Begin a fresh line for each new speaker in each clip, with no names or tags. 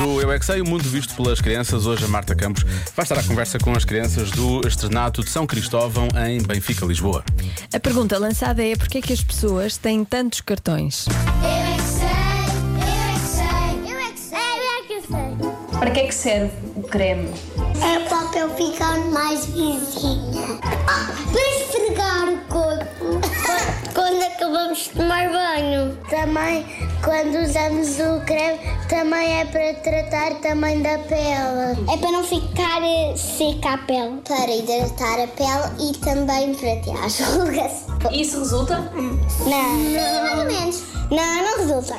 do Eu é que Sei, o mundo visto pelas crianças. Hoje a Marta Campos vai estar à conversa com as crianças do Estrenato de São Cristóvão em Benfica, Lisboa.
A pergunta lançada é porquê é que as pessoas têm tantos cartões?
Eu é que sei, eu é que sei, eu é que sei, eu é que sei.
Para que é que serve o creme?
É para eu ficar mais vizinha. para esfregar o corpo. quando acabamos de tomar banho. Também, quando usamos o creme, também é para tratar também da pele. É para não ficar eh, seca a pele. Para hidratar a pele e também para tirar as rugas.
Isso resulta?
Não. Mais ou menos. Não, não resulta.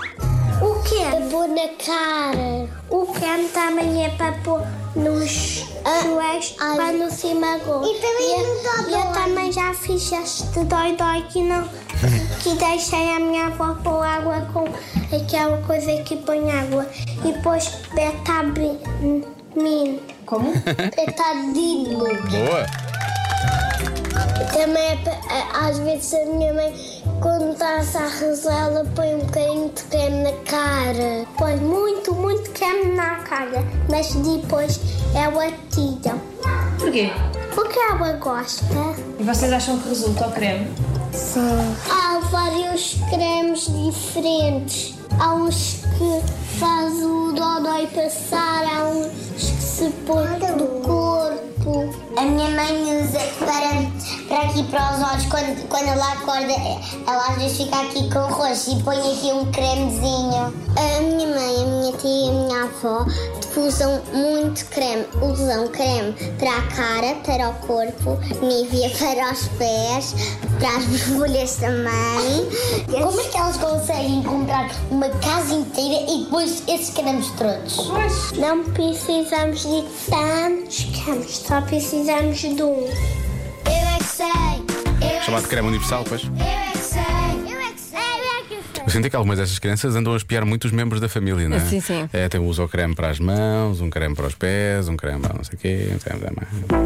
O que é? Para pôr na cara. O creme também é para pôr nos joelhos para não se magoar. Ah, E também eu, Eu também já fiz este dói-dói que não... que deixei a minha avó pôr água com aquela coisa que põe água. E depois é, tá hum, betabin.
Como?
É Betadilo.
Boa!
Também é pa- a- às vezes a minha mãe, quando está-se a rezar, ela põe um bocadinho de creme na cara. Põe muito, muito creme na cara, mas depois ela tira.
Porquê?
Porque ela gosta.
E vocês acham que resulta o creme?
Há vários cremes diferentes. Há uns que faz o dodói passar, há uns que se põe do corpo. A minha mãe usa para, para aqui para os olhos, quando, quando ela acorda, ela às vezes fica aqui com roxo e põe aqui um cremezinho. A minha mãe, a minha tia e a minha avó usam muito creme. Usam creme para a cara, para o corpo, Nivea para os pés, para as borbulhas também. Como é que elas conseguem comprar uma casa inteira e depois esses cremes todos? Não precisamos de tantos cremes, só precisamos de um. Eu é que sei. Eu
Chamado creme universal, pois.
Eu é que sei. Eu é que sei. Eu é que sei.
Eu senti que algumas destas crianças andam a espiar muitos membros da família, não é?
Sim, sim.
É, tem, usa o creme para as mãos, um creme para os pés, um creme para não sei o quê, um creme para a mão.